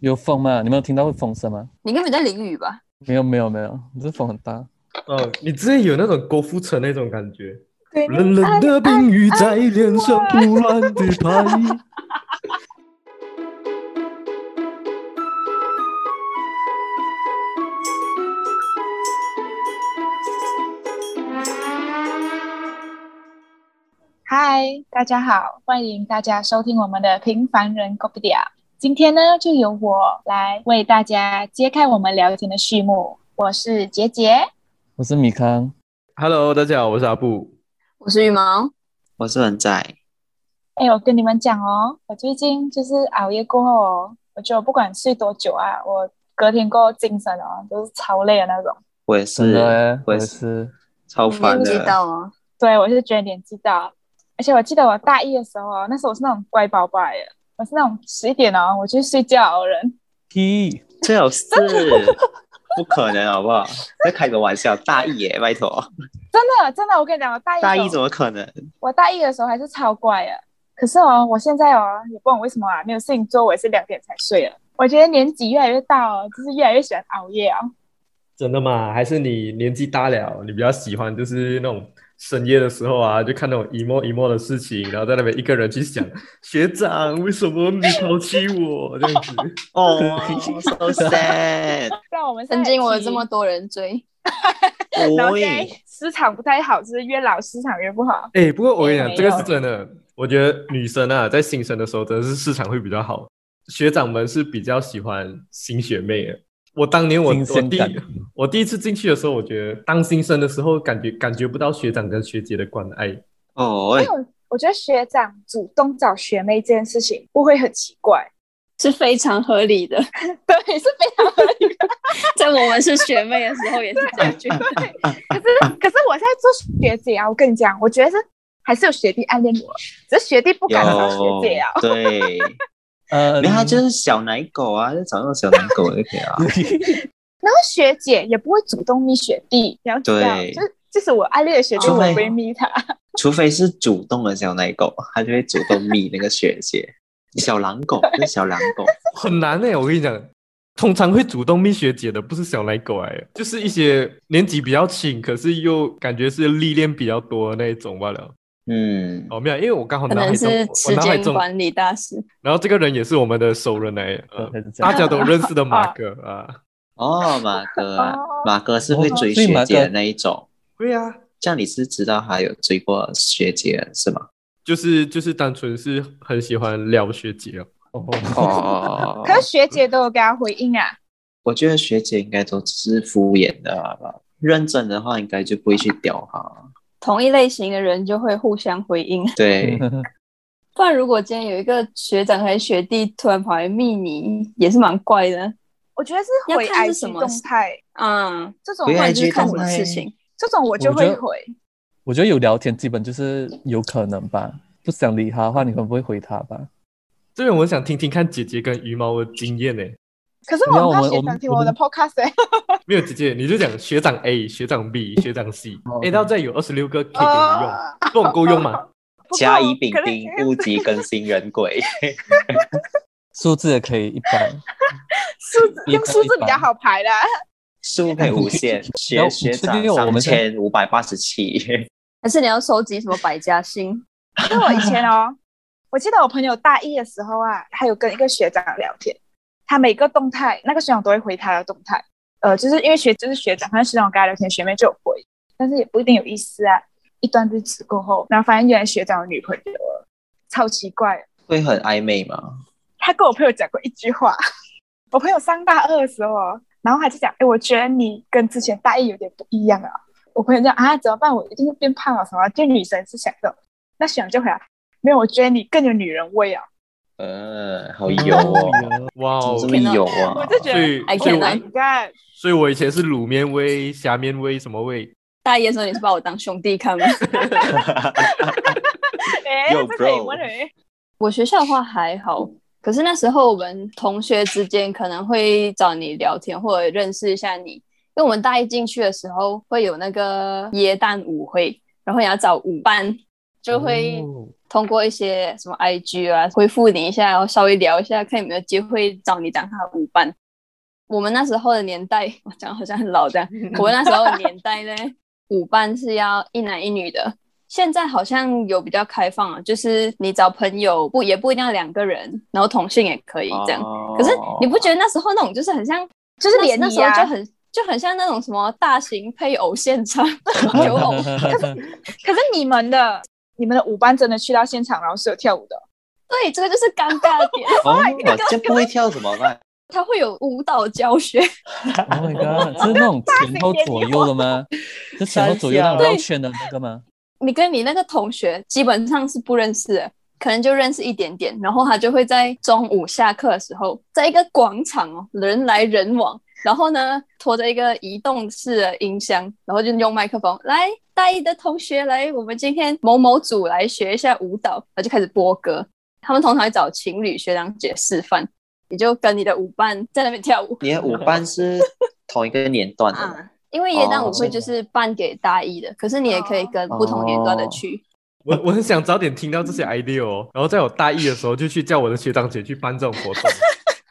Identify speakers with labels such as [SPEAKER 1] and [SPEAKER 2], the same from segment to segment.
[SPEAKER 1] 有风吗？你没有听到会风声吗？
[SPEAKER 2] 你根本在淋雨吧？
[SPEAKER 1] 没有没有没有，这风很大。
[SPEAKER 3] 哦，你之前有那种郭富城那种感觉，
[SPEAKER 2] 对
[SPEAKER 3] 冷冷的冰雨在脸上突然的拍。
[SPEAKER 4] 嗨，大家好，欢迎大家收听我们的《平凡人 g o p e d i a 今天呢，就由我来为大家揭开我们聊天的序幕。我是杰杰，
[SPEAKER 1] 我是米康，
[SPEAKER 3] Hello，大家好，我是阿布。
[SPEAKER 2] 我是羽毛，
[SPEAKER 5] 我是文仔，
[SPEAKER 4] 哎，我跟你们讲哦，我最近就是熬夜过后哦，我觉得我不管睡多久啊，我隔天过后精神哦都是超累的那种。
[SPEAKER 5] 我也
[SPEAKER 1] 真
[SPEAKER 5] 是
[SPEAKER 1] 的欸，我
[SPEAKER 5] 我
[SPEAKER 1] 也
[SPEAKER 5] 也是
[SPEAKER 1] 是。
[SPEAKER 5] 超
[SPEAKER 2] 你
[SPEAKER 5] 烦
[SPEAKER 2] 年纪
[SPEAKER 5] 的。
[SPEAKER 2] 到
[SPEAKER 6] 哦
[SPEAKER 2] 吗？
[SPEAKER 4] 对，我是觉得年纪大了，而且我记得我大一的时候哦，那时候我是那种乖宝宝耶，我是那种十一点哦我就去睡觉的人。
[SPEAKER 1] 屁，
[SPEAKER 5] 最好是不可能，好不好？在开个玩笑，大意耶，拜托，
[SPEAKER 4] 真的，真的，我跟你讲，我大一的
[SPEAKER 5] 大
[SPEAKER 4] 时候
[SPEAKER 5] 意怎么可能？
[SPEAKER 4] 我大一的时候还是超乖的，可是哦，我现在哦，也不懂为什么啊，没有事情做，我也是两点才睡了。我觉得年纪越来越大哦，就是越来越喜欢熬夜啊、
[SPEAKER 3] 真的吗？还是你年纪大了，你比较喜欢就是那种深夜的时候啊，就看那种 emo emo 的事情，然后在那边一个人去想，学长为什么你抛弃我这样子？
[SPEAKER 5] 哦、s o sad，
[SPEAKER 4] 让我们
[SPEAKER 2] 曾经我有
[SPEAKER 4] 有
[SPEAKER 2] 这么，多人追，
[SPEAKER 4] 然后现在
[SPEAKER 5] 喂，
[SPEAKER 4] 市场不太好，就是越老市场越不好。
[SPEAKER 3] 哎、不过我跟你讲，
[SPEAKER 4] 没有
[SPEAKER 3] 这个是真的。我觉得女生啊，在新生的时候真的是市场会比较好，学长们是比较喜欢新学妹的。我当年我
[SPEAKER 1] 新
[SPEAKER 3] 我
[SPEAKER 1] 鲜
[SPEAKER 3] 第
[SPEAKER 1] 感
[SPEAKER 3] 我第一次进去的时候，我觉得当新生的时候，感觉感觉不到学长跟学姐的关爱。
[SPEAKER 5] 哦喂
[SPEAKER 4] 因，为我我觉得学长主动找学妹这件事情不会很奇怪，
[SPEAKER 6] 是非常合理的。
[SPEAKER 4] 对，是非常合理的。
[SPEAKER 6] 在我们是学妹的时候，也是这 样觉得。
[SPEAKER 4] 可是可是我现在做学姐啊，我跟你讲，我觉得是还是有学弟暗恋我，只是学弟不敢找学
[SPEAKER 5] 有
[SPEAKER 4] 姐啊。
[SPEAKER 5] 对，
[SPEAKER 1] 呃，
[SPEAKER 5] 然后他就是小奶狗啊，就找那种小奶狗就可以了。啊
[SPEAKER 4] 然后学姐也不会主动密学弟，你要知道，
[SPEAKER 5] 对哦
[SPEAKER 4] 就是就是我暗恋的学弟，
[SPEAKER 1] 哦
[SPEAKER 5] 除
[SPEAKER 4] 我
[SPEAKER 5] 非
[SPEAKER 4] 也不会密他。
[SPEAKER 5] 除非是主动的小奶狗，他就会主动觅那个学姐。小狼狗，那小狼狗，
[SPEAKER 3] 很难呢、我跟你讲，通常会主动蜜学姐的不是小奶狗哎、就是一些年纪比较轻，可是又感觉是历练比较多的那一种罢了。
[SPEAKER 5] 嗯，
[SPEAKER 3] 哦，没有，因为我刚好
[SPEAKER 6] 可
[SPEAKER 3] 脑海
[SPEAKER 6] 能
[SPEAKER 3] 中
[SPEAKER 6] 是
[SPEAKER 3] 我
[SPEAKER 6] 时
[SPEAKER 3] 脑海
[SPEAKER 6] 间
[SPEAKER 3] 中，
[SPEAKER 6] 管理大师，
[SPEAKER 3] 然后这个人也是我们的熟人来、呃
[SPEAKER 1] 对是这样
[SPEAKER 3] 大家都认识的马哥啊。
[SPEAKER 5] 哦，马哥 啊
[SPEAKER 4] 哦，
[SPEAKER 5] 马哥是会追
[SPEAKER 1] 所以马
[SPEAKER 5] 学
[SPEAKER 1] 哥
[SPEAKER 5] 姐的那一种。
[SPEAKER 3] 对啊，
[SPEAKER 5] 这样你是知道他有追过学姐是吗？
[SPEAKER 3] 就是就是单纯是很喜欢聊学姐哦。
[SPEAKER 1] 哦，
[SPEAKER 5] 哦
[SPEAKER 4] 可是学姐都有给他回应啊，
[SPEAKER 5] 我觉得学姐应该都只是敷衍的吧，认真的话应该就不会去屌他。
[SPEAKER 6] 同一类型的人就会互相回应。
[SPEAKER 1] 嗯
[SPEAKER 5] 对，
[SPEAKER 6] 不然，如果今天有一个学长还是学弟突然跑来密你，也是蛮怪的。
[SPEAKER 4] 我觉得是
[SPEAKER 6] 要
[SPEAKER 4] 回
[SPEAKER 6] 看是
[SPEAKER 4] IG
[SPEAKER 6] 什么
[SPEAKER 4] 动态
[SPEAKER 6] 嗯，
[SPEAKER 4] 这种
[SPEAKER 5] 回
[SPEAKER 6] 不
[SPEAKER 4] 我
[SPEAKER 6] 然就是
[SPEAKER 5] IG
[SPEAKER 6] 看
[SPEAKER 5] 动
[SPEAKER 6] 什么
[SPEAKER 5] 态
[SPEAKER 6] 事情。
[SPEAKER 4] 这种我就
[SPEAKER 1] 我觉
[SPEAKER 4] 会
[SPEAKER 1] 得
[SPEAKER 4] 回。
[SPEAKER 1] 我觉得有聊天，基本就是有可能吧。不想理他的话，你可能不会回他吧？
[SPEAKER 3] 这边我想听听看姐姐跟羽毛的经验呢、
[SPEAKER 4] 可是
[SPEAKER 1] 你知道
[SPEAKER 4] 我很
[SPEAKER 1] 我们
[SPEAKER 4] 怕学
[SPEAKER 1] 我
[SPEAKER 4] 长
[SPEAKER 1] 们
[SPEAKER 4] 听我的 podcast 哎，
[SPEAKER 3] 没有姐姐，你就讲学长 A、学长 B、学长 C，
[SPEAKER 1] 哦
[SPEAKER 3] A 到再有二十六个 K 给你用，
[SPEAKER 4] 哦
[SPEAKER 3] 这种够用吗？
[SPEAKER 4] 不够
[SPEAKER 5] 甲乙丙
[SPEAKER 4] 可是
[SPEAKER 5] 丁戊己庚辛壬癸，
[SPEAKER 1] 数字也可以一般，
[SPEAKER 4] 数字
[SPEAKER 1] 一
[SPEAKER 4] 用
[SPEAKER 1] 般
[SPEAKER 4] 数字
[SPEAKER 1] 一
[SPEAKER 4] 比较
[SPEAKER 1] 般
[SPEAKER 4] 好排啦。
[SPEAKER 5] 数配无 限，
[SPEAKER 1] 嗯然
[SPEAKER 5] 学
[SPEAKER 1] 后
[SPEAKER 5] 学
[SPEAKER 1] 这
[SPEAKER 5] 长
[SPEAKER 1] 边我
[SPEAKER 5] 三
[SPEAKER 1] 们现在
[SPEAKER 5] 千五百八十七。
[SPEAKER 6] 还是你要收集什么百家姓？
[SPEAKER 4] 因为我以前哦，我记得我朋友大一的时候啊，还有跟一个学长聊天，他每个动态那个学长都会回他的动态，呃，就是因为学就是学长，反正学长我跟他聊天，学妹就有回，但是也不一定有意思啊。一段日子过后，然后发现原来学长有女朋友了，超奇怪。
[SPEAKER 5] 会很暧昧
[SPEAKER 1] 嗯
[SPEAKER 5] 吗？
[SPEAKER 4] 他跟我朋友讲过一句话， 我朋友上大二的时候哦，然后他就讲，哎，我觉得你跟之前大一有点不一样啊。我朋友讲啊，怎么办？我一定会变胖啊什么？就女生是想这种，那想就回来，没有，我觉得你更有女人味啊。
[SPEAKER 5] 呃，
[SPEAKER 1] 嗯
[SPEAKER 5] 好油哦，
[SPEAKER 3] 哇
[SPEAKER 5] 怎
[SPEAKER 3] 哦
[SPEAKER 5] 么！这么油啊？
[SPEAKER 4] 我就觉
[SPEAKER 3] 所以
[SPEAKER 4] 得，
[SPEAKER 6] I
[SPEAKER 3] 所以
[SPEAKER 6] cannot
[SPEAKER 3] 我
[SPEAKER 4] 你看，
[SPEAKER 3] 所以我以前是卤面味、虾面味什么味？
[SPEAKER 6] 大一的时候你是把我当兄弟看吗？
[SPEAKER 4] 哎，
[SPEAKER 5] Yo,
[SPEAKER 4] 这可以
[SPEAKER 5] bro
[SPEAKER 4] 问哎，
[SPEAKER 6] 我学校的话还好，可是那时候我们同学之间可能会找你聊天或者认识一下你，因为我们大一进去的时候会有那个耶诞舞会，然后也要找舞伴，就会
[SPEAKER 3] 哦
[SPEAKER 6] 通过一些什么 IG 啊回复你一下，然后稍微聊一下，看有没有机会找你当他的舞伴。我们那时候的年代，我讲好像很老这 样。我们那时候的年代呢，舞伴是要一男一女的。现在好像有比较开放了，就是你找朋友不也不一定要两个人，然后同性也可以这样。
[SPEAKER 5] 哦
[SPEAKER 6] 可是你不觉得那时候那种就是很像，
[SPEAKER 4] 就是联
[SPEAKER 6] 哦那
[SPEAKER 4] 谊
[SPEAKER 6] 时候
[SPEAKER 4] 啊
[SPEAKER 6] 就很就很像那种什么大型配偶现场 求
[SPEAKER 1] Oh
[SPEAKER 6] 偶，
[SPEAKER 4] 可是你们的你们的舞班真的去到现场，然后是有跳舞的，
[SPEAKER 6] 对，这个就是尴尬的点，
[SPEAKER 5] 哦，这样不会跳怎么办？
[SPEAKER 6] 他会有舞蹈教学，
[SPEAKER 1] Oh my god，是那种前后左右的吗？是前后左右那种绕圈的那个吗？
[SPEAKER 6] 你跟你那个同学基本上是不认识的，可能就认识一点点，然后他就会在中午下课的时候，在一个广场哦，人来人往，然后呢拖着一个移动式的音箱，然后就用麦克风来。大一的同学来，我们今天某某组来学一下舞蹈，然后就开始播歌。他们通常会找情侣学长姐示范，你就跟你的舞伴在那边跳舞。
[SPEAKER 5] 你的舞伴是同一个年段的吗，
[SPEAKER 6] 啊，因为耶诞舞会就是办给大一的，可是你也可以跟不同年段的去。
[SPEAKER 3] 我我很想早点听到这些 idea 哦，然后在我大一的时候就去叫我的学长姐去办这种活动。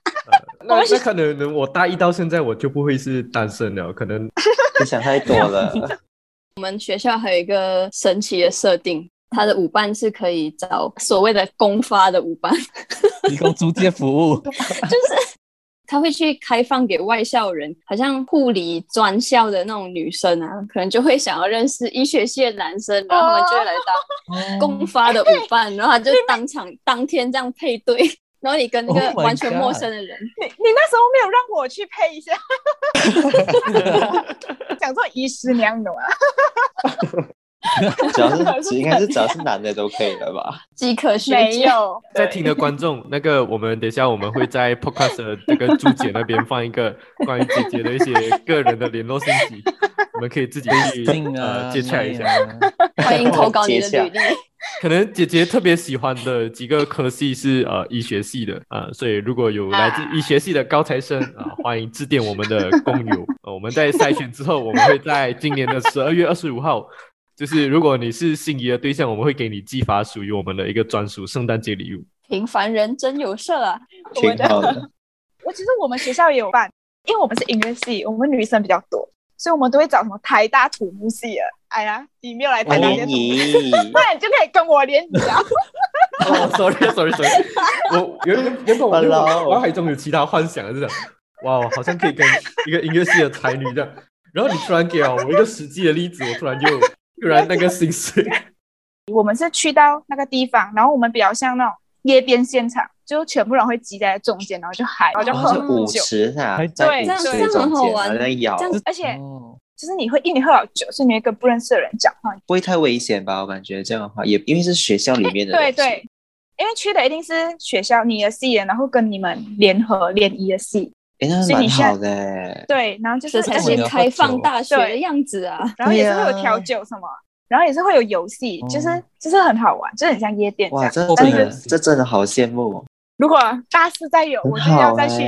[SPEAKER 3] 呃那那可能我大一到现在我就不会是单身了，可能
[SPEAKER 5] 你想太多了。
[SPEAKER 6] 我们学校还有一个神奇的设定，它的舞伴是可以找所谓的公发的舞伴，
[SPEAKER 1] 提供租借服务，
[SPEAKER 6] 就是他会去开放给外校人，好像护理专校的那种女生啊，可能就会想要认识医学系的男生，然后他们就会来当
[SPEAKER 1] 哦
[SPEAKER 6] 公发的舞伴，然后他就当场 当天这样配对，然后你跟那
[SPEAKER 1] Oh
[SPEAKER 6] 个
[SPEAKER 1] my
[SPEAKER 6] 完全陌
[SPEAKER 1] God
[SPEAKER 6] 生的人。
[SPEAKER 4] 你你那时候没有让我去配 一下，想做医师娘的啊，
[SPEAKER 5] 只要是只应该是只要是男的都可以 了吧？
[SPEAKER 6] 即可学
[SPEAKER 4] 没
[SPEAKER 6] 姐
[SPEAKER 4] 有，
[SPEAKER 3] 在听的观众，那个我们等一下我们会在 podcast 的这个朱姐那边放一个关于姐姐的一些个人的联络信息，我们可以自己去
[SPEAKER 1] 定
[SPEAKER 3] 呃
[SPEAKER 1] 啊，
[SPEAKER 3] 接洽一下。
[SPEAKER 1] 赖啊。
[SPEAKER 6] 欢迎投稿你的
[SPEAKER 5] 接下
[SPEAKER 6] 履历。
[SPEAKER 3] 可能姐姐特别喜欢的几个科系是呃医学系的啊、所以如果有来自医学系的高材生啊、欢迎致电我们的工 友。呃我们在筛选之后，我们会在今年的十二月二十五号，就是如果你是心仪的对象，我们会给你寄发属于我们的一个专属圣诞节礼物。
[SPEAKER 6] 平凡人真有事啊！
[SPEAKER 5] 挺好的。
[SPEAKER 4] 我其实我们学校也有办，因为我们是音乐系，我们女生比较多，所以我们都会找什么台大土木系的。哎呀，你没有来台大
[SPEAKER 5] 联
[SPEAKER 4] 联谊，
[SPEAKER 5] 谊，
[SPEAKER 4] 那你就可以跟我联谊啊！
[SPEAKER 3] 哦，sorry，sorry，sorry，我原原原本我对
[SPEAKER 5] Hello
[SPEAKER 3] 我脑海中有其他幻想的这种，哇，我好像可以跟一个音乐系的才女这样，然后你突然给了我一个实际的例子，我突然就突然那个心碎。
[SPEAKER 4] 我们是去到那个地方，然后我们比较像那种夜店现场，就全部人会挤在中间，然后就嗨，然后就
[SPEAKER 5] 然后
[SPEAKER 4] 喝
[SPEAKER 5] 是舞
[SPEAKER 4] 酒。
[SPEAKER 5] 池啊
[SPEAKER 1] 还，
[SPEAKER 5] 在
[SPEAKER 4] 对
[SPEAKER 5] 舞
[SPEAKER 6] 这
[SPEAKER 5] 池
[SPEAKER 6] 样这样
[SPEAKER 5] 中
[SPEAKER 6] 很好
[SPEAKER 5] 间，啊
[SPEAKER 6] 玩
[SPEAKER 5] 然后在摇，
[SPEAKER 6] 这样
[SPEAKER 4] 而且
[SPEAKER 1] 哦
[SPEAKER 4] 就是你会因为你喝了酒，所以你会跟不认识的人讲话。
[SPEAKER 5] 不会太危险吧？我感觉这样的话，也因为是学校里面的，
[SPEAKER 4] 对对，，因为去的一定是学校你的系的，然后跟你们联合联谊的系。
[SPEAKER 5] 哎，那
[SPEAKER 4] 所以
[SPEAKER 5] 蛮
[SPEAKER 4] 你现在
[SPEAKER 5] 好的欸。
[SPEAKER 4] 对，然后就是
[SPEAKER 6] 这才
[SPEAKER 4] 而且
[SPEAKER 6] 是开放大学的样子啊！
[SPEAKER 4] 然后也是会
[SPEAKER 5] 对啊哦
[SPEAKER 4] 有调酒什么，然后也是会有游戏，就是就是很好玩，就是很像夜店这
[SPEAKER 5] 哇，
[SPEAKER 4] 样。
[SPEAKER 5] 这
[SPEAKER 1] 但
[SPEAKER 5] 真
[SPEAKER 1] 是
[SPEAKER 5] 的，这真的好羡慕哦。
[SPEAKER 4] 如果大四再有，
[SPEAKER 5] 很
[SPEAKER 4] 我就要再去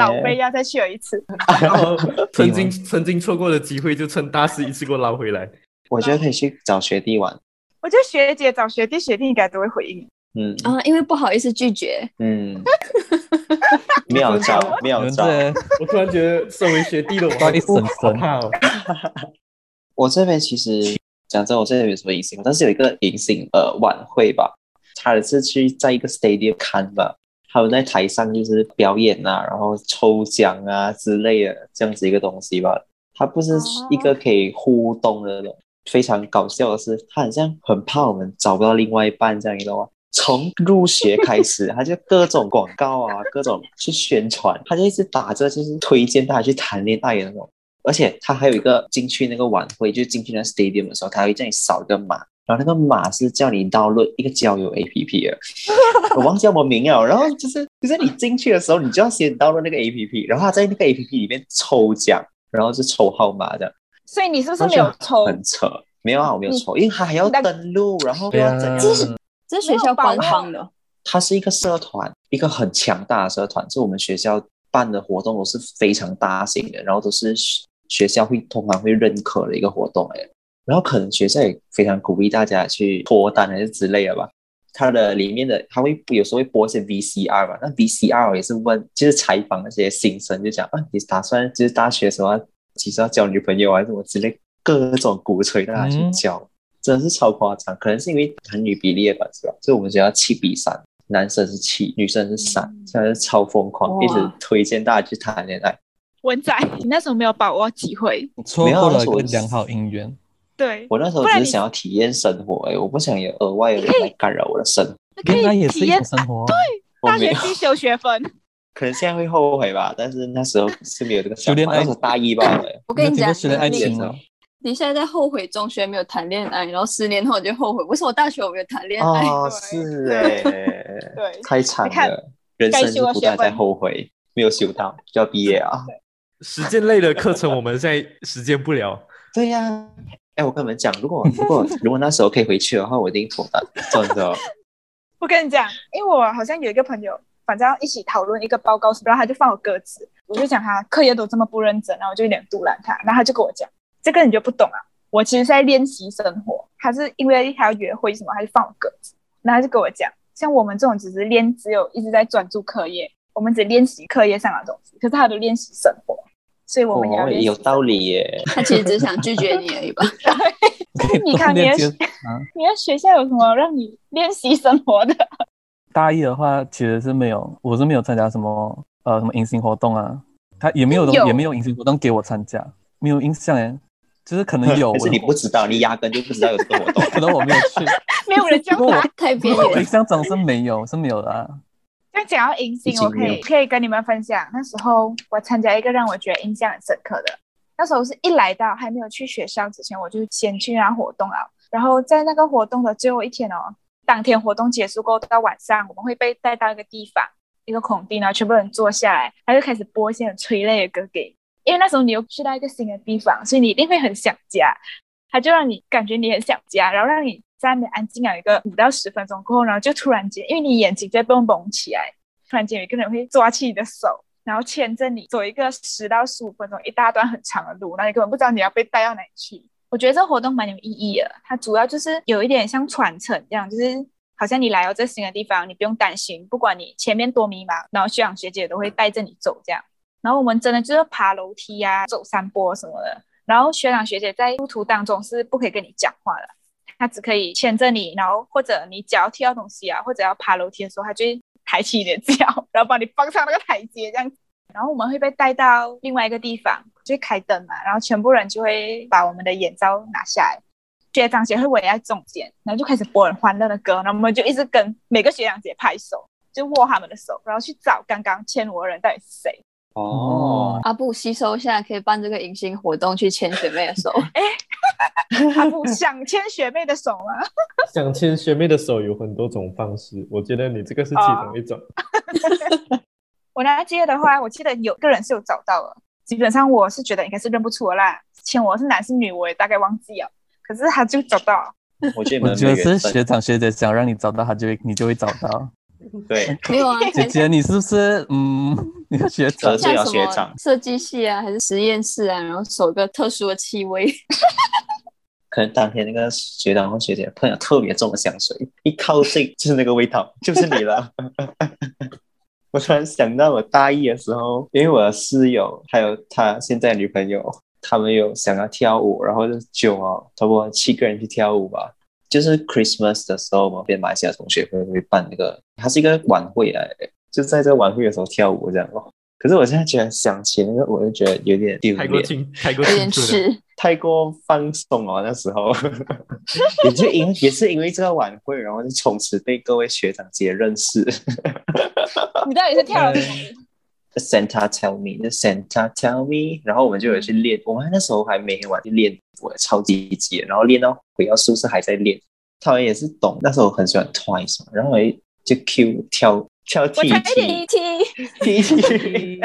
[SPEAKER 5] 好
[SPEAKER 4] 老
[SPEAKER 5] 欸
[SPEAKER 4] 杯，要再去有一次。
[SPEAKER 3] 然后曾经曾经错过的机会，就趁大四一次给我捞回来。
[SPEAKER 5] 我觉得可以去找学弟玩。
[SPEAKER 4] 我觉得学姐找学弟，学弟应该都会回应。
[SPEAKER 5] 嗯
[SPEAKER 6] 啊，因为不好意思拒绝，
[SPEAKER 5] 嗯，妙招
[SPEAKER 1] 你
[SPEAKER 5] 妙
[SPEAKER 1] 们
[SPEAKER 5] 招。
[SPEAKER 1] 这啊
[SPEAKER 3] 我突然觉得，身为学弟的我，
[SPEAKER 1] 怪力
[SPEAKER 3] 我
[SPEAKER 1] 神
[SPEAKER 3] 好
[SPEAKER 1] 神
[SPEAKER 3] 怕哦。
[SPEAKER 5] 我这边其实讲真，我这边没有什么迎新，但是有一个迎新呃晚会吧，他是去在一个 stadium 看吧，他们在台上就是表演啊，然后抽奖啊之类的这样子一个东西吧。它不是一个可以互动的那种，非常搞笑的是，他好像很怕我们找不到另外一半这样，你知道吗？从入学开始，他就各种广告啊，各种去宣传，他就一直打着就是推荐大家去谈恋爱的那种。而且他还有一个进去那个晚会，就进去那 stadium 的时候，他会叫你扫一个码，然后那个码是叫你 download 一个交友 APP 的，我忘记叫什么名了。然后就是就是你进去的时候，你就要先 download 那个 APP，然后他在那个 APP 里面抽奖，然后是抽号码的，
[SPEAKER 4] 所以你是不是没有抽？
[SPEAKER 5] 很扯。没有啊，我没有抽，因为他还要登录，然后又
[SPEAKER 1] 啊
[SPEAKER 5] 要怎样？
[SPEAKER 6] 这是学校官方的，
[SPEAKER 5] 它是一个社团，一个很强大的社团，是我们学校办的活动都是非常大型的，然后都是学学校会通常会认可啊的一个活动哎，然后可能学校也非常鼓励大家去脱单还是之类的吧，它的里面的，它会有时候会播一些 VCR 嘛，那 VCR 也是问，就是采访那些新生，就讲啊，你打算就是大学什么，其啊实要交女朋友啊，什么之类，各种鼓吹大家去
[SPEAKER 1] 嗯
[SPEAKER 5] 交，真的是超夸张。可能是因为男女比例的关系吧，所以我们学校七比三，男生是七，女生是三，真的是超疯狂，
[SPEAKER 6] 哇
[SPEAKER 5] 一直推荐大家去谈恋爱。
[SPEAKER 4] 文仔，你那时候没有把握机会，
[SPEAKER 1] 错
[SPEAKER 5] 没有啊
[SPEAKER 1] 过了
[SPEAKER 5] 那
[SPEAKER 1] 一
[SPEAKER 5] 是我
[SPEAKER 1] 个良好姻缘。
[SPEAKER 4] 对，
[SPEAKER 5] 我那时候
[SPEAKER 4] 不
[SPEAKER 5] 只
[SPEAKER 4] 然
[SPEAKER 5] 是
[SPEAKER 4] 你
[SPEAKER 5] 想要体验生活、哎，我不想有额外的人来干扰我的生活。
[SPEAKER 4] 你可
[SPEAKER 1] 原来
[SPEAKER 4] 以
[SPEAKER 1] 也
[SPEAKER 4] 体
[SPEAKER 1] 是一种
[SPEAKER 4] 验
[SPEAKER 1] 生活啊，
[SPEAKER 5] 我
[SPEAKER 4] 大
[SPEAKER 5] 没
[SPEAKER 4] 学
[SPEAKER 5] 有，
[SPEAKER 4] 必修学分。
[SPEAKER 5] 可能现在会后悔吧，但是那时候是 没有这个想
[SPEAKER 1] 修
[SPEAKER 5] 法，哎
[SPEAKER 1] 炼爱
[SPEAKER 5] 那时候大一吧，
[SPEAKER 6] 我跟你
[SPEAKER 1] 你有听
[SPEAKER 6] 讲，
[SPEAKER 1] 过失恋爱情啊吗？
[SPEAKER 6] 你现在在后悔中学没有谈恋爱，然后十年后你就后悔，为什么大学我没有谈恋爱？
[SPEAKER 5] 哦，是哎、
[SPEAKER 4] 对
[SPEAKER 5] 太惨
[SPEAKER 4] 你看
[SPEAKER 5] 了，人生是不断在后悔，没有修到就要毕业啊。
[SPEAKER 3] 实践类的课程我们现在实践不了，
[SPEAKER 5] 对呀、哎、我跟你们讲，如果 如果如果那时候可以回去的话，我一定妥当，真的。
[SPEAKER 4] 我跟你讲，因为我好像有一个朋友，反正要一起讨论一个报告，然后他就放我鸽子，我就讲他课业都这么不认真，然后我就有点堵拦他，然后他就跟我讲，这个你就不懂啊，我其实是在练习生活，他是因为他要约会什么，他就放我鸽子，然后他就跟我讲，像我们这种只是练，只有一直在专注课业，我们只练习课业上的东西，可是他都练习生活，所以 我们也要
[SPEAKER 5] 哦，
[SPEAKER 4] 练习
[SPEAKER 5] 有 道理耶。
[SPEAKER 6] 他其实只想拒绝你而 已吧。
[SPEAKER 1] 可以
[SPEAKER 4] 你看
[SPEAKER 1] 锻炼
[SPEAKER 4] 你也
[SPEAKER 1] 接啊，
[SPEAKER 4] 你的学校有什么让你练习生活的？
[SPEAKER 1] 大一的话其实是没有，我是没有参加什么呃什么迎新活动啊，他也没有东
[SPEAKER 4] 有
[SPEAKER 1] 也没有迎新活动给我参加，没有印象哎，就是可能 有，
[SPEAKER 5] 可是你
[SPEAKER 1] 哦我
[SPEAKER 5] 不知道，你压根就不知道有这个活动。
[SPEAKER 1] 可能我没有去，
[SPEAKER 4] 没有人教
[SPEAKER 1] 不过
[SPEAKER 4] 他
[SPEAKER 1] 我。
[SPEAKER 6] 太 边
[SPEAKER 1] 我
[SPEAKER 6] 缘
[SPEAKER 1] 印。象中是没有是没有的啊，
[SPEAKER 4] 就讲到迎新
[SPEAKER 5] 已，经
[SPEAKER 4] 我可
[SPEAKER 5] 没
[SPEAKER 4] 以
[SPEAKER 5] 有
[SPEAKER 4] 可以跟你们分享，那时候我参加一个让我觉得印象很深刻的。那时候是一来到还没有去学校之前，我就先去那活动啊，然后在那个活动的最后一天哦，当天活动结束过后到晚上，我们会被带到一个地方，一个空地，然后全部人坐下来，他就开始播一些很催泪的歌给你，因为那时候你又去到一个新的地方，所以你一定会很想家，他就让你感觉你很想家，然后让你在那边安静了啊一个五到十分钟过后，然后就突然间，因为你眼睛在被蒙起来，突然间有一个人会抓起你的手，然后牵着你走一个十到十五分钟一大段很长的路，那你根本不知道你要被带到哪里去。我觉得这活动蛮有意义的，它主要就是有一点像传承这样，就是好像你来到这新的地方，你不用担心，不管你前面多迷茫，然后学长学姐都会带着你走这样。然后我们真的就是爬楼梯呀、走山坡什么的。然后学长学姐在路途当中是不可以跟你讲话的，他只可以牵着你，然后或者你脚要踢到东西啊，或者要爬楼梯的时候，他就会抬起你的脚，然后把你放上那个台阶这样子。然后我们会被带到另外一个地方，就是开灯嘛，然后全部人就会把我们的眼罩拿下来，学长姐会围在中间，然后就开始播很欢乐的歌，然后我们就一直跟每个学长姐拍手，就握他们的手，然后去找刚刚牵我的人到底是谁。
[SPEAKER 5] 哦，
[SPEAKER 6] 阿布吸收下，可以办这个迎新活动去牵学妹的 手。
[SPEAKER 4] 他不想牵学妹的手吗？
[SPEAKER 3] 想牵学妹的手有很多种方式，我觉得你这个是其中一种。
[SPEAKER 4] 我那届的话，我记得有个人是有找到了，基本上我是觉得应该是认不出了啦，牵我是男是女我也大概忘记了，可是他就找到了，
[SPEAKER 5] 我觉得你
[SPEAKER 1] 我
[SPEAKER 5] 们
[SPEAKER 1] 觉
[SPEAKER 5] 没
[SPEAKER 1] 得是
[SPEAKER 5] 缘分。
[SPEAKER 1] 学长学姐想让你找到他就会你就会找到，
[SPEAKER 5] 对，
[SPEAKER 6] 没有啊，
[SPEAKER 1] 姐
[SPEAKER 6] 才
[SPEAKER 1] 姐你是不是嗯你的学长
[SPEAKER 5] 得
[SPEAKER 6] 像
[SPEAKER 5] 罪了
[SPEAKER 6] 什
[SPEAKER 5] 学
[SPEAKER 6] 么
[SPEAKER 5] 长
[SPEAKER 6] 设计系啊，还是实验室啊，然后手个特殊的气味，
[SPEAKER 5] 可能当天那个学长或学姐喷了特别重的香水，一靠近就是那个味道， 就是你了。我突然想到，我大一的时候，因为我的室友还有他现在的女朋友，他们有想要跳舞，然后就九啊，差不多七个人去跳舞吧。就是 Christmas 的时候，我们边马来西亚同学会会办那个，它是一个晚会来的，就在这个晚会的时候跳舞这样哦。可是我现在觉得想起那个，我就觉得有点丢
[SPEAKER 3] 太过
[SPEAKER 5] 脸。
[SPEAKER 3] 青，太过
[SPEAKER 6] 有
[SPEAKER 3] 青
[SPEAKER 6] 点
[SPEAKER 3] 春了。
[SPEAKER 6] 吃。
[SPEAKER 5] 太过放松哦，那时 候也就因为也是因为这个晚会，然后就从此被各位学长姐认识。
[SPEAKER 4] 你到底是跳了什么舞？
[SPEAKER 5] Santa tell me，就 Santa tell me，然后我们就有去练，我们那时候还每天晚去练，我超级积极的，然后练到回到宿舍还在练。他们也是懂，那时候我很喜欢 Twice，嘛然后我就 Q 跳跳
[SPEAKER 4] 我
[SPEAKER 5] T
[SPEAKER 4] 才一点
[SPEAKER 5] T
[SPEAKER 4] 一踢，
[SPEAKER 5] T T，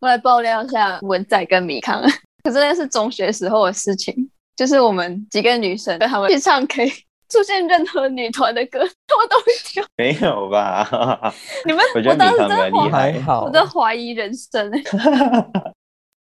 [SPEAKER 6] 我来爆料一下文仔跟米康， 可是那是中学时候的事情，就是我们几个女生她们去唱 K，出 现任何女团的歌，我都会跳，
[SPEAKER 5] 没有吧？
[SPEAKER 4] 你们
[SPEAKER 5] 我觉得
[SPEAKER 6] 我当
[SPEAKER 5] 你
[SPEAKER 6] 时
[SPEAKER 5] 他们
[SPEAKER 6] 真的
[SPEAKER 5] 厉害
[SPEAKER 1] 还。好
[SPEAKER 6] 我都怀疑人生。 欸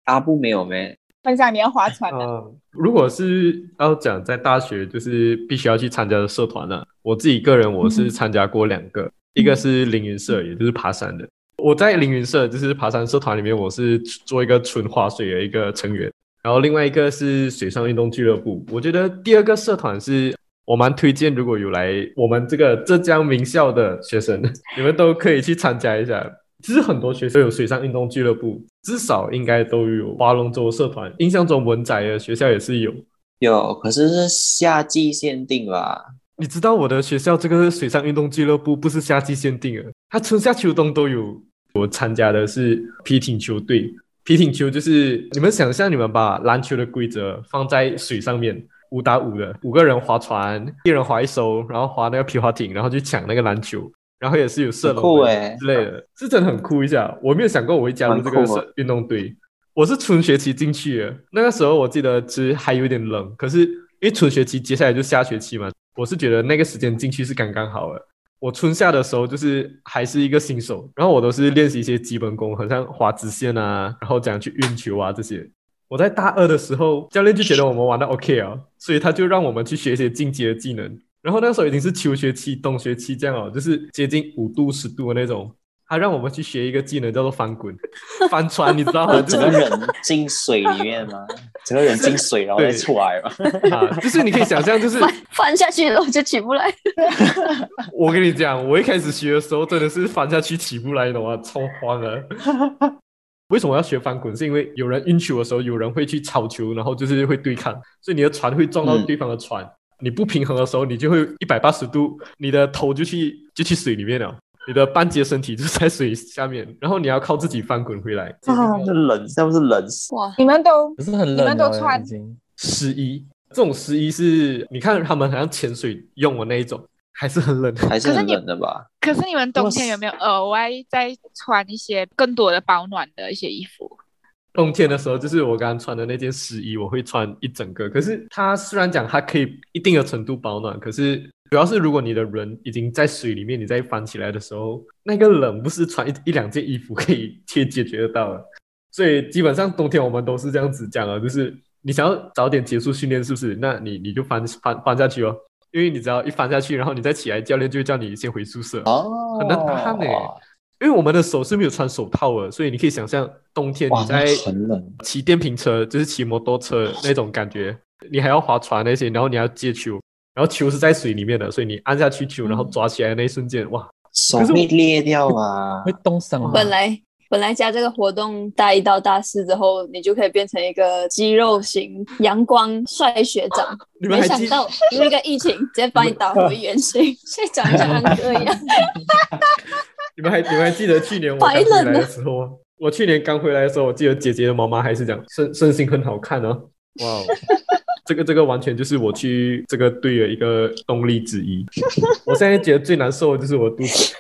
[SPEAKER 5] 阿布没有没，
[SPEAKER 4] 分享你要划船的，
[SPEAKER 3] 呃啊，如果是要讲在大学，就是必须要去参加的社团呢、我自己个人我是参加过两个，一个是凌云社，也就是爬山的。我在凌云社，就是爬山社团里面，我是做一个纯划水的一个成员。然后另外一个是水上运动俱乐部。我觉得第二个社团是我蛮推荐，如果有来我们这个浙江名校的学生， 你们都可以去参加一下。其实很多学校有水上运动俱乐部，至少应该都有划龙舟社团。印象中文仔的学校也是有。
[SPEAKER 5] 有，可是是夏季限定吧？
[SPEAKER 3] 你知道我的学校这个水上运动俱乐部不是夏季限定的，它春夏秋冬都有。我参加的是皮艇球队，皮艇球就是你们想象你们把篮球的规则放在水上面，五打五的，五个人划船，一人划一艘，然后划那个皮划艇，然后去抢那个篮球，然后也是有射
[SPEAKER 5] 很酷
[SPEAKER 3] 龙
[SPEAKER 5] 欸
[SPEAKER 3] 之类的， 啊是真的很酷一下。我没有想过我会加入这个
[SPEAKER 5] 蛮酷
[SPEAKER 3] 社
[SPEAKER 5] 哦
[SPEAKER 3] 运动队，我是春学期进去的，那个时候我记得其实还有点冷，可是因为春学期接下来就下学期嘛，我是觉得那个时间进去是刚刚好的。我春夏的时候就是还是一个新手，然后我都是练习一些基本功，好像划直线啊，然后怎样去运球啊这些。我在大二的时候，教练就觉得我们玩的 OK 啊，所以他就让我们去学一些进阶的技能。然后那时候已经是秋学期、冬学期这样哦，就是接近五度、十度的那种。他让我们去学一个技能叫做翻滚、翻船，你知 道 吗？
[SPEAKER 5] 我
[SPEAKER 3] 就
[SPEAKER 5] 整个
[SPEAKER 3] 是
[SPEAKER 5] 人进水里面吗？整个人进水然后再
[SPEAKER 3] 对
[SPEAKER 5] 出来嘛？
[SPEAKER 3] 啊，就是你可以想象， 就是
[SPEAKER 6] 翻翻下去了我就起不来。
[SPEAKER 3] 我跟你讲，我一开始学的时候真的是翻下去起不来，你懂吗？超慌了。 为什么要学翻滚？是因为有人运球的时候，有人会去抄球，然后就是会对抗，所以你的船会撞到
[SPEAKER 5] 嗯
[SPEAKER 3] 对方的船。你不平衡的时候，你就会一百八十度，你的头就去就去水里面了，你的半截身体就在水下面，然后你要靠自己翻滚回来。
[SPEAKER 4] 哦
[SPEAKER 5] 那冷，那不是冷死？
[SPEAKER 6] 哇，
[SPEAKER 4] 你们都
[SPEAKER 1] 可是很
[SPEAKER 4] 你
[SPEAKER 1] 冷
[SPEAKER 4] 们都
[SPEAKER 1] 了
[SPEAKER 4] 穿
[SPEAKER 1] 已经。
[SPEAKER 3] 湿衣，这种湿衣是你看他们好像潜水用的那一种，还是很冷。
[SPEAKER 5] 还是
[SPEAKER 4] 可是
[SPEAKER 5] 很
[SPEAKER 4] 你
[SPEAKER 5] 冷的吧？
[SPEAKER 4] 可是你们冬天有没有额外再穿一些更多的保暖的一些衣服？
[SPEAKER 3] 冬天的时候，就是我刚刚穿的那件湿衣，我会穿一整个。可是它虽然讲它可以一定的程度保暖，可是主要是如果你的人已经在水里面，你再翻起来的时候，那个冷不是穿一一两件衣服可以解解决得到的。所以基本上冬天我们都是这样子讲的，就是你想要早点结束训练，是不是？那你你就翻翻翻下去哦，因为你只要一翻下去，然后你再起来，教练就会叫你先回宿舍。
[SPEAKER 5] 哦，
[SPEAKER 3] 很难打呢因为我们的手是没有穿手套的，所以你可以想象冬天
[SPEAKER 5] 哇
[SPEAKER 3] 你在
[SPEAKER 5] 那很冷
[SPEAKER 3] 骑电瓶车，就是骑摩托
[SPEAKER 6] 哦
[SPEAKER 3] 车那种感觉，你还要划船那些，然后你还要接球，然后球是在水里面的，所以你按下去球，然后抓起来的那一瞬间，哇，
[SPEAKER 5] 手
[SPEAKER 3] 可是我
[SPEAKER 5] 臂裂掉啊
[SPEAKER 1] 会！冻伤吗？
[SPEAKER 6] 本来本来加这个活动，大一到大四之后，你就可以变成一个肌肉型阳光帅学长。
[SPEAKER 3] 你们
[SPEAKER 6] 没
[SPEAKER 3] 还
[SPEAKER 6] 想
[SPEAKER 3] 记？
[SPEAKER 6] 到那个疫情直接把你打回原形， 像长像安哥一样。
[SPEAKER 3] 你们还你们还记得去年我 刚
[SPEAKER 6] 白
[SPEAKER 3] 回
[SPEAKER 6] 冷
[SPEAKER 3] 来
[SPEAKER 6] 了
[SPEAKER 3] 的时候吗？我去年刚回来的时候，我记得姐姐的妈妈还是讲身身形很好看哦，哇哦， 这个这个完全就是我去这个队的一个动力之 一。我现在觉得最难受的就是我肚子，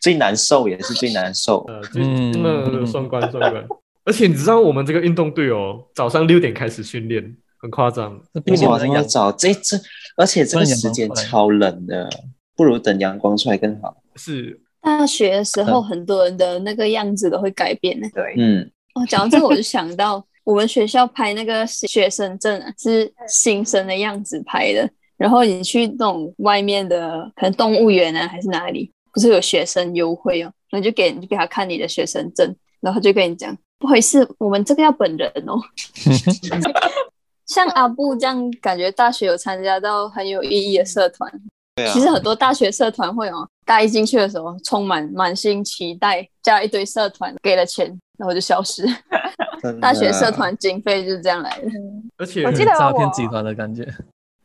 [SPEAKER 5] 最难受也是最难受，
[SPEAKER 3] 呃，最
[SPEAKER 1] 嗯
[SPEAKER 3] 嗯，双关双关。而且你知道我们这个运动队哦，早上六点开始训练，很夸张。
[SPEAKER 1] 是
[SPEAKER 5] 不
[SPEAKER 1] 比你
[SPEAKER 5] 管
[SPEAKER 1] 们
[SPEAKER 5] 怎么
[SPEAKER 1] 阳
[SPEAKER 5] 找，这这而且这个
[SPEAKER 1] 不然阳光
[SPEAKER 5] 时间
[SPEAKER 1] 出来
[SPEAKER 5] 超冷的，不如等阳光出来更好。
[SPEAKER 3] 是
[SPEAKER 6] 大学的时候，很多人的那个样子都会改变呢。
[SPEAKER 4] 对，
[SPEAKER 5] 嗯，
[SPEAKER 6] 哦，讲到这个，我就想到我们学校拍那个学生证啊，是新生的样子拍的。然后你去那种外面的，可能动物园啊，还是哪里，不是有学生优惠哦，然后就给你就给他看你的学生证，然后就跟你讲，不好意思，我们这个要本人哦。像阿布这样，感觉大学有参加到很有意义的社团。
[SPEAKER 5] 对啊
[SPEAKER 6] 其，实很多大学社团会哦，大一进去的时候充满满心期待，加一堆社团，给了钱，然后就消失。
[SPEAKER 5] 嗯真的
[SPEAKER 6] 大学社团经费就是这样来的。
[SPEAKER 3] 而且
[SPEAKER 4] 我记得
[SPEAKER 1] 诈骗
[SPEAKER 4] 我
[SPEAKER 1] 集团的感觉，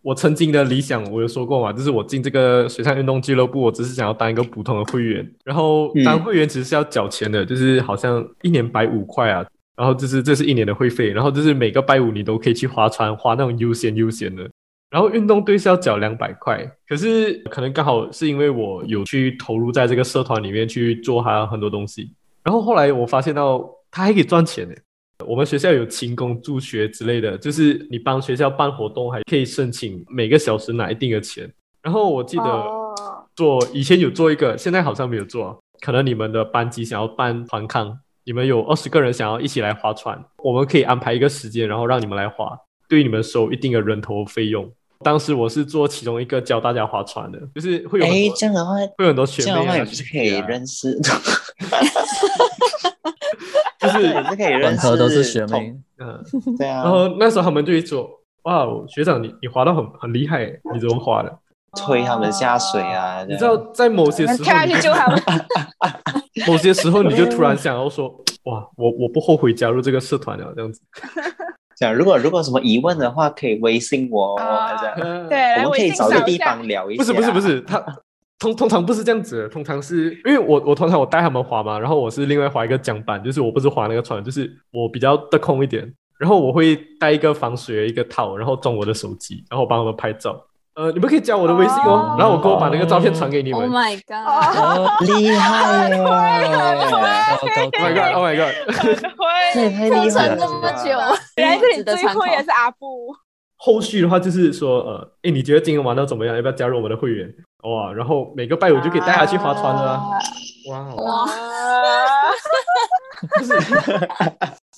[SPEAKER 3] 我曾经的理想，我有说过嘛，就是我进这个水上运动俱乐部，我只是想要当一个普通的会员。然后
[SPEAKER 5] 嗯
[SPEAKER 3] 当会员其实是要缴钱的，就是好像一年百五块啊。然后就是这是一年的会费，然后就是每个拜五你都可以去划船，划那种悠闲悠闲的。然后运动队是要缴两百块，可是可能刚好是因为我有去投入在这个社团里面去做它很多东西，然后后来我发现到它还可以赚钱呢。我们学校有勤工助学之类的，就是你帮学校办活动，还可以申请每个小时拿一定的钱。然后我记得
[SPEAKER 4] 哦
[SPEAKER 3] 做以前有做一个，现在好像没有做。可能你们的班级想要办团康，你们有二十个人想要一起来划船，我们可以安排一个时间，然后让你们来划，对你们收一定的人头费用。当时我是做其中一个教大家划船的，就是会有很
[SPEAKER 5] 哎，
[SPEAKER 3] 多
[SPEAKER 5] 这样的话，
[SPEAKER 3] 会有很多学
[SPEAKER 5] 这样的
[SPEAKER 3] 妹
[SPEAKER 5] 话
[SPEAKER 3] 啊
[SPEAKER 5] 也不是可以
[SPEAKER 3] 学弟啊
[SPEAKER 5] 认识，
[SPEAKER 3] 就是
[SPEAKER 5] 也是可以认
[SPEAKER 1] 本
[SPEAKER 5] 识
[SPEAKER 1] 科
[SPEAKER 5] 同，
[SPEAKER 1] 都是学妹，
[SPEAKER 3] 嗯，
[SPEAKER 5] 对啊，
[SPEAKER 3] 然后那时候他们就会说：“哇，学长你你滑到很很厉害，你怎么滑
[SPEAKER 4] 啊
[SPEAKER 3] 的？”
[SPEAKER 5] 推他们下水啊，
[SPEAKER 3] 你知
[SPEAKER 5] 这样
[SPEAKER 3] 道在某些
[SPEAKER 4] 我
[SPEAKER 3] 时
[SPEAKER 4] 们
[SPEAKER 3] 候
[SPEAKER 4] 跳下去救 他们。
[SPEAKER 3] 某些时候你就突然想要说，哇，我我不后悔加入这个社团了，这样子。
[SPEAKER 5] 这样，如果如果有什么疑问的话，可以微信我，
[SPEAKER 4] 啊
[SPEAKER 5] 这样
[SPEAKER 4] 对，来
[SPEAKER 5] 我们
[SPEAKER 4] 微
[SPEAKER 5] 可以
[SPEAKER 4] 信
[SPEAKER 5] 找
[SPEAKER 4] 扫
[SPEAKER 5] 个
[SPEAKER 4] 一
[SPEAKER 5] 地
[SPEAKER 4] 下
[SPEAKER 5] 方。聊一下。
[SPEAKER 3] 不是不是不，是，他通通常不是这样子的，通常是因为我我通常我带他们滑嘛，然后我是另外滑一个桨板，就是我不是滑那个船，就是我比较得空一点，然后我会带一个防水的一个套，然后装我的手机，然后帮他们拍照。呃，你们可以加我的微信哦
[SPEAKER 4] 哦，
[SPEAKER 3] 然后我给我把那个照片传给你
[SPEAKER 6] ，Oh
[SPEAKER 3] 们。
[SPEAKER 6] my god！
[SPEAKER 4] 哦，
[SPEAKER 1] 哦，
[SPEAKER 5] 厉害哦耶！
[SPEAKER 1] 高哦高
[SPEAKER 3] Oh my god! Oh my god!
[SPEAKER 4] 很
[SPEAKER 5] 这也
[SPEAKER 4] 会。
[SPEAKER 5] 太厉害
[SPEAKER 1] 真
[SPEAKER 5] 了
[SPEAKER 1] 的
[SPEAKER 5] 吧！
[SPEAKER 1] 吗
[SPEAKER 4] 原来这里
[SPEAKER 6] 值得
[SPEAKER 4] 最
[SPEAKER 6] 参考
[SPEAKER 4] 会也是阿布。
[SPEAKER 3] 后续的话就是说，呃，哎，你觉得今天玩到怎么样？要不要加入我们的会员？哇，然后每个拜五就可以带他去划船了啊。哇哦！
[SPEAKER 6] 哇，
[SPEAKER 4] 啊。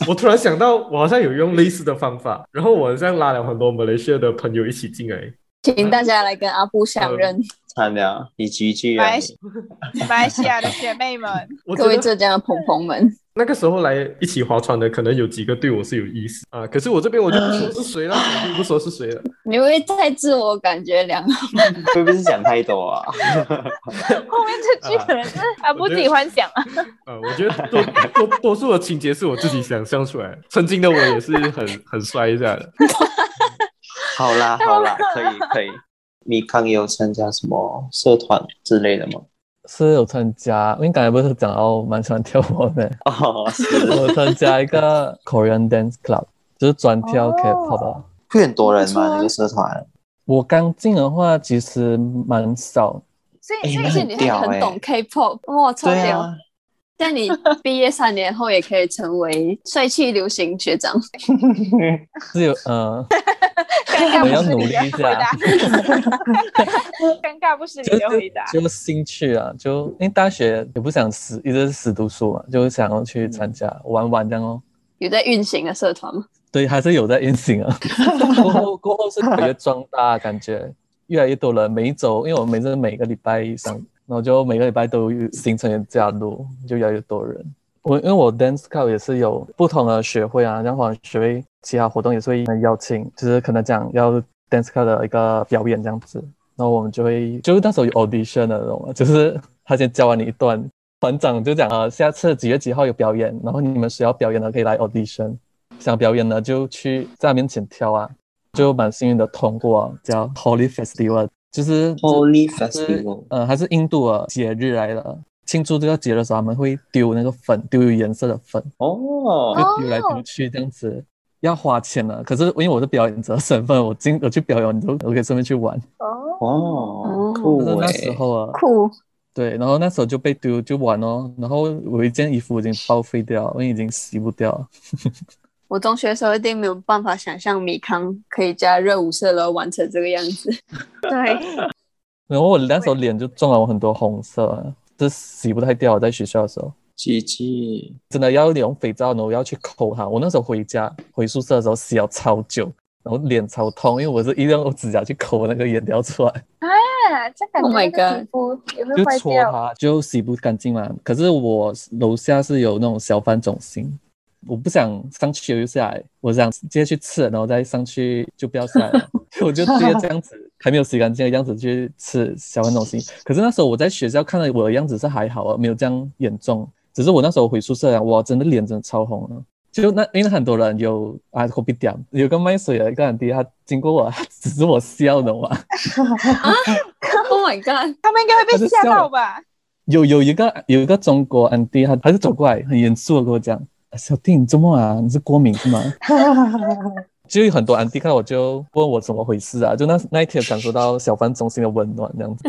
[SPEAKER 3] 我突然想到，我好像有用类似的方法，然后我好像拉了很多马来西亚的朋友一起进来。
[SPEAKER 6] 请大家来跟阿布相认，
[SPEAKER 5] 惨了，你几句啊
[SPEAKER 4] 白
[SPEAKER 5] 你
[SPEAKER 4] 马来西亚的学妹 们，
[SPEAKER 3] 我觉
[SPEAKER 6] 各位
[SPEAKER 3] 得
[SPEAKER 6] 浙江的朋朋们，
[SPEAKER 3] 那个时候来一起划船的，可能有几个对我是有意思啊，可是我这边我就
[SPEAKER 6] 嗯
[SPEAKER 3] 不说是谁了，我就不说是谁了。
[SPEAKER 6] 你会太自我感觉良好，
[SPEAKER 5] 会不会是想太多啊？
[SPEAKER 4] 后面这句可能是阿布自己幻想啊。
[SPEAKER 3] 呃，我觉得多多多数的情节是我自己想象出来的，曾经的我也是很很衰一下的。
[SPEAKER 5] 好啦好啦，可以可以。米康有参加什么社团之类的吗？
[SPEAKER 1] 是有参加，因为刚才不是讲到我蛮喜欢跳舞 的，
[SPEAKER 5] 哦，是
[SPEAKER 1] 我有参加一个 Korean Dance Club，就是专跳 K-pop 的。
[SPEAKER 5] 会很多人
[SPEAKER 4] 不错啊
[SPEAKER 5] 吗？那个社团？
[SPEAKER 1] 我刚进的话，其实蛮少，
[SPEAKER 4] 所
[SPEAKER 5] 哎
[SPEAKER 4] 以，所以
[SPEAKER 5] 那
[SPEAKER 6] 而
[SPEAKER 5] 很
[SPEAKER 6] 且你还
[SPEAKER 5] 屌欸
[SPEAKER 6] 很懂 K-pop，哇，超
[SPEAKER 5] 对
[SPEAKER 6] 屌！
[SPEAKER 5] 啊，
[SPEAKER 6] 但你毕业三年后也可以成为帅气流行学长，
[SPEAKER 1] 是有呃，
[SPEAKER 4] 尴尬
[SPEAKER 1] 我
[SPEAKER 4] 不
[SPEAKER 1] 要
[SPEAKER 4] 是
[SPEAKER 1] 努
[SPEAKER 4] 你
[SPEAKER 1] 力
[SPEAKER 4] 的
[SPEAKER 1] 一
[SPEAKER 4] 回答
[SPEAKER 1] 下，
[SPEAKER 4] 尴尬不是
[SPEAKER 1] 就
[SPEAKER 4] 你的回
[SPEAKER 1] 是
[SPEAKER 4] 答。
[SPEAKER 1] 就兴趣啊，就因为大学也不想死，一直死读书嘛，就想要去
[SPEAKER 4] 嗯
[SPEAKER 1] 参加玩玩这样哦。
[SPEAKER 6] 有在运行的社团吗？
[SPEAKER 1] 对，还是有在运行啊。 过后过后是越壮大，感觉越来越多人。每一周，因为我每次每个礼拜上，然后就每个礼拜都有新成员加入，就越来越多人。我因为我 dance club 也是有不同的学会啊，像华学会其他活动也是会邀请，就是可能讲要 dance club 的一个表演这样子，然后我们就会就是那时候有 audition 的那种啊，就是他先教完你一段，团长就讲啊，下次几月几号有表演，然后你们谁要表演的可以来 audition，想表演的就去在他面前挑啊，就蛮幸运的通过、啊，叫 Holy Festival，就是
[SPEAKER 5] Holy
[SPEAKER 1] 是
[SPEAKER 5] Festival，
[SPEAKER 1] 呃，还是印度的节日来了。庆祝这个节的时候，他们会丢那个粉，丢颜色的粉，
[SPEAKER 5] 哦，
[SPEAKER 1] 就丢来丢去这样子，要花钱的。可是因为我是表演者身份，我进我去表演，我就我可以顺便去玩。
[SPEAKER 4] 哦，
[SPEAKER 5] 哦
[SPEAKER 6] 哦，
[SPEAKER 1] 但是
[SPEAKER 5] 酷
[SPEAKER 1] 那
[SPEAKER 5] 哎！
[SPEAKER 1] 时候啊，
[SPEAKER 6] 酷，
[SPEAKER 1] 对，然后那时候就被丢就玩哦，然后我一件衣服已经报废掉，因为已经洗不掉了。
[SPEAKER 6] 我中学的时候一定没有办法想象米康可以加热舞社了完成这个样子。
[SPEAKER 4] 对，
[SPEAKER 1] 然后我那时候脸就撞了我很多红色啊，这洗不太掉。在学校的时候，
[SPEAKER 5] 姐姐，
[SPEAKER 1] 真的要用肥皂，然后要去抠它。我那时候回家回宿舍的时候洗了超久，然后脸超痛，因为我是一定要用指甲去抠那个眼掉出来，
[SPEAKER 4] 啊，这感觉
[SPEAKER 6] Oh my
[SPEAKER 4] 那个皮肤也会
[SPEAKER 1] 就
[SPEAKER 4] 坏
[SPEAKER 1] 搓
[SPEAKER 4] 掉。
[SPEAKER 1] 它就洗不干净嘛。可是我楼下是有那种小贩中心，我不想上去又下来，我想直接去吃，然后再上去就不要下来了， 我就直接这样子还没有洗干净的样子去吃小贩中心。可是那时候我在学校看到我的样子是还好啊，没有这样严重，只是我那时候回宿舍啊，哇，真的脸真的超红啊。就那，因为很多人有啊，口鼻点，有个卖水的一个人，他经过我，他只是我笑，懂吗？
[SPEAKER 6] Oh my god！
[SPEAKER 4] 他们应该会被吓到吧？
[SPEAKER 1] 有有一个有一个中国安迪，他他是走过来很严肃的跟我讲：“小弟，你做梦啊？你是过敏是吗？”就有很多安迪看到我就问我怎么回事啊，就那那一天感受到小贩中心的温暖这样子。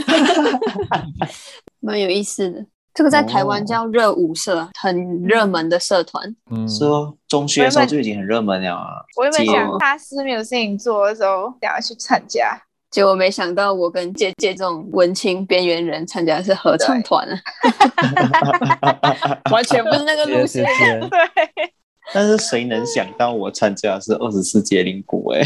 [SPEAKER 6] 蛮有意思的。这个在台湾叫热舞社，很热门的社团。
[SPEAKER 1] 嗯，
[SPEAKER 5] 是哦，中学的时候就已经很热门了啊。
[SPEAKER 4] 我原本
[SPEAKER 5] 姐
[SPEAKER 1] 哦
[SPEAKER 4] 想大四没有事情做的时候，想要去参加。
[SPEAKER 6] 结果没想到，我跟姐姐这种文青边缘人参加的是合唱团啊， 完全不是那个
[SPEAKER 1] 谢
[SPEAKER 6] 路
[SPEAKER 1] 谢
[SPEAKER 6] 线。
[SPEAKER 1] 谢谢。
[SPEAKER 4] 对，
[SPEAKER 5] 但是谁能想到我参加的是二十四节灵鼓哎？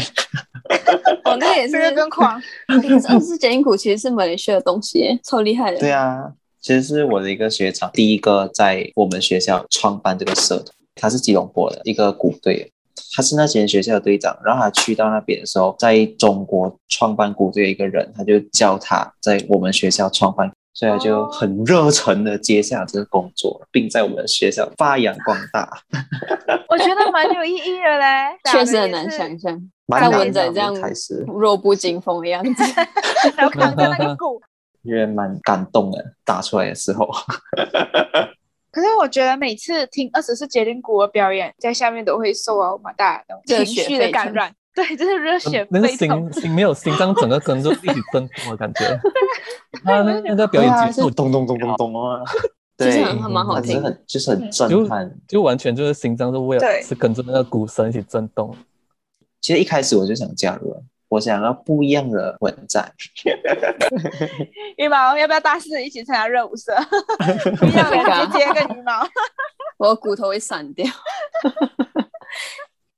[SPEAKER 6] 哦，那个也
[SPEAKER 4] 这个
[SPEAKER 6] 是
[SPEAKER 4] 更狂。
[SPEAKER 6] 可是二十四节音鼓其实是马来西亚的东西耶，超厉害的。
[SPEAKER 5] 对啊，其实是我的一个学长，第一个在我们学校创办这个社团，他是吉隆坡的一个鼓队，他是那间学校的队长。然后他去到那边的时候，在中国创办鼓队的一个人，他就教他在我们学校创办，所以他
[SPEAKER 6] 哦
[SPEAKER 5] 就很热忱的接下这个工作，并在我们学校发扬光大。
[SPEAKER 4] 我觉得蛮有意义的嘞，
[SPEAKER 6] 确实很难想象，
[SPEAKER 5] 蛮
[SPEAKER 6] 像
[SPEAKER 5] 难
[SPEAKER 6] 文
[SPEAKER 5] 的
[SPEAKER 6] 仔这样
[SPEAKER 5] 开始，
[SPEAKER 6] 弱不禁风的样子。
[SPEAKER 4] 然后扛着那 个鼓。
[SPEAKER 5] 因为蛮感动的，打出来的时候。
[SPEAKER 4] 可是我觉得每次听二十四节令鼓的表演，在下面都会受到蛮大的那
[SPEAKER 6] 热
[SPEAKER 4] 种
[SPEAKER 6] 血
[SPEAKER 4] 情绪的
[SPEAKER 6] 沸
[SPEAKER 4] 感
[SPEAKER 6] 腾
[SPEAKER 4] 染，对，就是热血
[SPEAKER 1] 嗯那个
[SPEAKER 4] 沸腾。
[SPEAKER 1] 心心没有心脏整个跟着一起震动的感觉。他那个表演结束，
[SPEAKER 5] 咚咚咚咚咚啊！
[SPEAKER 6] 啊其实
[SPEAKER 5] 对，
[SPEAKER 6] 很蛮好
[SPEAKER 5] 它只是
[SPEAKER 6] 听的，嗯
[SPEAKER 5] 很就是很震撼。
[SPEAKER 1] 就完全就是心脏是为了
[SPEAKER 4] 对
[SPEAKER 1] 是跟着那个鼓声一起震动。
[SPEAKER 5] 其实一开始我就想加入了，我想要不一样的文展，
[SPEAKER 4] 羽毛要不要大四一起参加热舞 社？不要，我直接跟羽毛。
[SPEAKER 6] 我的骨头会散掉。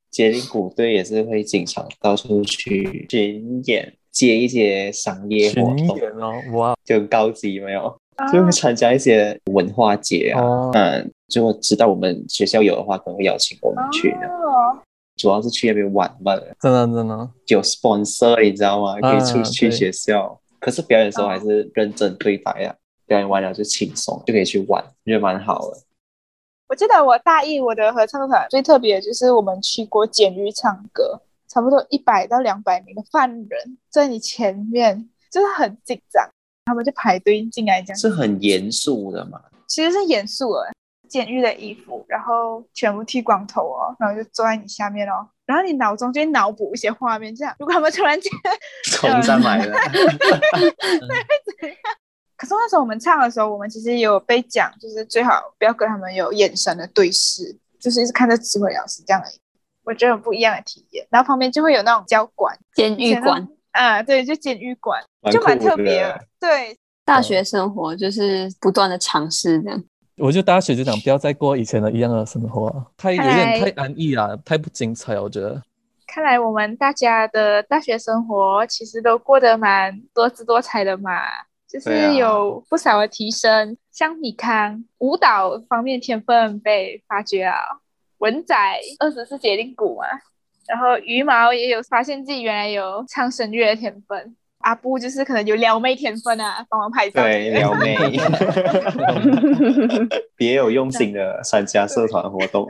[SPEAKER 5] 杰林鼓队也是会经常到处去巡演，接一些商业活
[SPEAKER 1] 巡
[SPEAKER 5] 动，
[SPEAKER 1] 演哦，哇
[SPEAKER 5] 就很高级没有，
[SPEAKER 4] 啊
[SPEAKER 5] 就会参加一些文化节啊。
[SPEAKER 1] 哦，
[SPEAKER 5] 嗯，如果知道我们学校有的话，可能会邀请我们去的。
[SPEAKER 4] 哦，
[SPEAKER 5] 主要是去那边玩嘛，
[SPEAKER 1] 真的真的，
[SPEAKER 5] 有 sponsor 你知道吗？可以出
[SPEAKER 1] 啊
[SPEAKER 5] 去
[SPEAKER 1] 对
[SPEAKER 5] 学校，可是表演
[SPEAKER 4] 哦
[SPEAKER 5] 的时候还是认真对待啊。表演完了就轻松，就可以去玩，觉得蛮好的。
[SPEAKER 4] 我记得我大一我的合唱团最特别的就是我们去过监狱唱歌，差不多一百到两百名的犯人在你前面，就是很紧张，他们就排队进来这样。
[SPEAKER 5] 是很严肃的嘛，
[SPEAKER 4] 其实是严肃的，监狱的衣服，然后全部剃光头哦，然后就坐在你下面哦，然后你脑中就会脑补一些画面，这样如果他们突然间啊
[SPEAKER 5] 冲上来的。
[SPEAKER 4] 可是那时候我们唱的时候，我们其实也有被讲，就是最好不要跟他们有眼神的对视，就是一直看着指挥老师这样而已。我觉得很不一样的体验。然后旁边就会有那种交管，
[SPEAKER 6] 监狱馆，
[SPEAKER 4] 啊，对，就监狱管，
[SPEAKER 5] 蛮
[SPEAKER 4] 就蛮
[SPEAKER 5] 酷
[SPEAKER 4] 特别
[SPEAKER 5] 的欸
[SPEAKER 4] 的。对，
[SPEAKER 6] 大学生活就是不断的尝试 这样。
[SPEAKER 1] 我就大学就想不要再过以前的一样的生活啊，太有点
[SPEAKER 4] 嗨
[SPEAKER 1] 太安逸啊，太不精彩啊，我觉得。
[SPEAKER 4] 看来我们大家的大学生活其实都过得蛮多姿多彩的嘛，就
[SPEAKER 5] 对啊
[SPEAKER 4] 是有不少的提升。像米康舞蹈方面天分被发掘啊，文仔二十四节令鼓嘛，然后羽毛也有发现自己原来有唱声乐的天分。阿布就是可能有撩妹天分啊，帮忙拍照。
[SPEAKER 5] 对，撩妹， 别有用心的参加社团活动，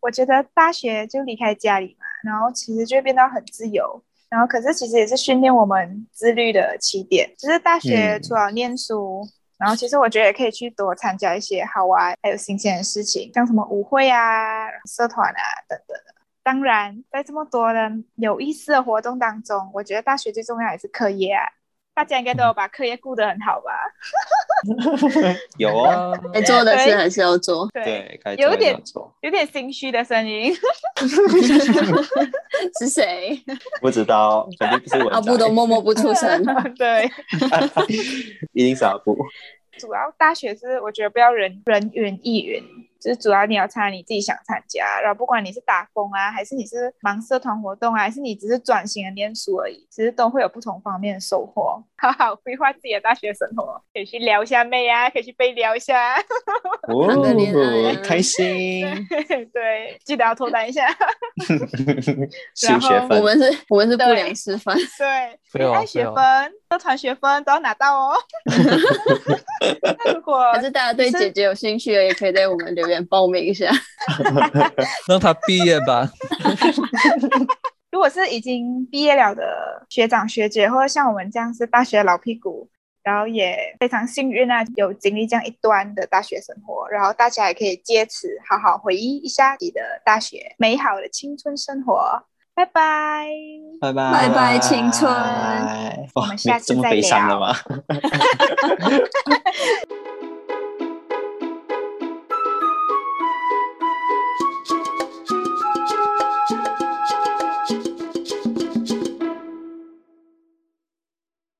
[SPEAKER 4] 我觉得大学就离开家里嘛，然后其实就会变到很自由，然后可是其实也是训练我们自律的起点。就是大学
[SPEAKER 5] 嗯
[SPEAKER 4] 除了念书，然后其实我觉得也可以去多参加一些好玩还有新鲜的事情，像什么舞会啊、社团啊等等的。当然，在这么多的有意思的活动当中，我觉得大学最重要也是课业啊。大家应该都有把课业顾得很好吧？
[SPEAKER 5] 有
[SPEAKER 1] 啊
[SPEAKER 5] 哦。
[SPEAKER 6] 该做的事还是要做，
[SPEAKER 4] 对，
[SPEAKER 5] 对，该
[SPEAKER 4] 有
[SPEAKER 5] 做的
[SPEAKER 4] 点
[SPEAKER 5] 要做，
[SPEAKER 4] 有点心虚的声音。
[SPEAKER 6] 是谁？
[SPEAKER 5] 不知道肯定不是
[SPEAKER 6] 阿
[SPEAKER 5] 文
[SPEAKER 6] 布都
[SPEAKER 5] 仔，
[SPEAKER 6] 默啊默不出声。
[SPEAKER 4] 对。
[SPEAKER 5] 一定是阿 布。
[SPEAKER 4] 主要大学是我觉得不要人人云亦云，就是主要你要参加你自己想参加，然后不管你是打工啊，还是你是忙社团活动啊，还是你只是转型的念书而已，其实都会有不同方面的收获。 好好规划自己的大学生活，可以去撩一下妹啊，可以去被撩一下 啊，
[SPEAKER 6] 谈个恋爱啊
[SPEAKER 5] 哦，开心，
[SPEAKER 4] 对，记得要脱单一下，
[SPEAKER 5] 修学
[SPEAKER 6] 我
[SPEAKER 5] 分，
[SPEAKER 6] 们是，我们是不良示范。
[SPEAKER 4] 对，
[SPEAKER 1] 对哦
[SPEAKER 4] 恋爱学
[SPEAKER 1] 对哦
[SPEAKER 4] 分、社团学分都要拿到哦。 那如果
[SPEAKER 6] 还是大家对姐姐有兴趣的，也可以在我们留言报名一下。
[SPEAKER 1] 让他毕业吧。
[SPEAKER 4] 如果是已经毕业了的学长学姐，或者像我们这样是大学老屁股，然后也非常幸运啊，有经历这样一段的大学生活，然后大家也可以借此好好回忆一下你的大学美好的青春生活。拜拜，
[SPEAKER 5] 拜拜
[SPEAKER 6] 拜拜青春
[SPEAKER 5] 哇
[SPEAKER 4] 我们下次
[SPEAKER 5] 这么
[SPEAKER 4] 再
[SPEAKER 5] 悲伤
[SPEAKER 4] 聊
[SPEAKER 5] 的吗？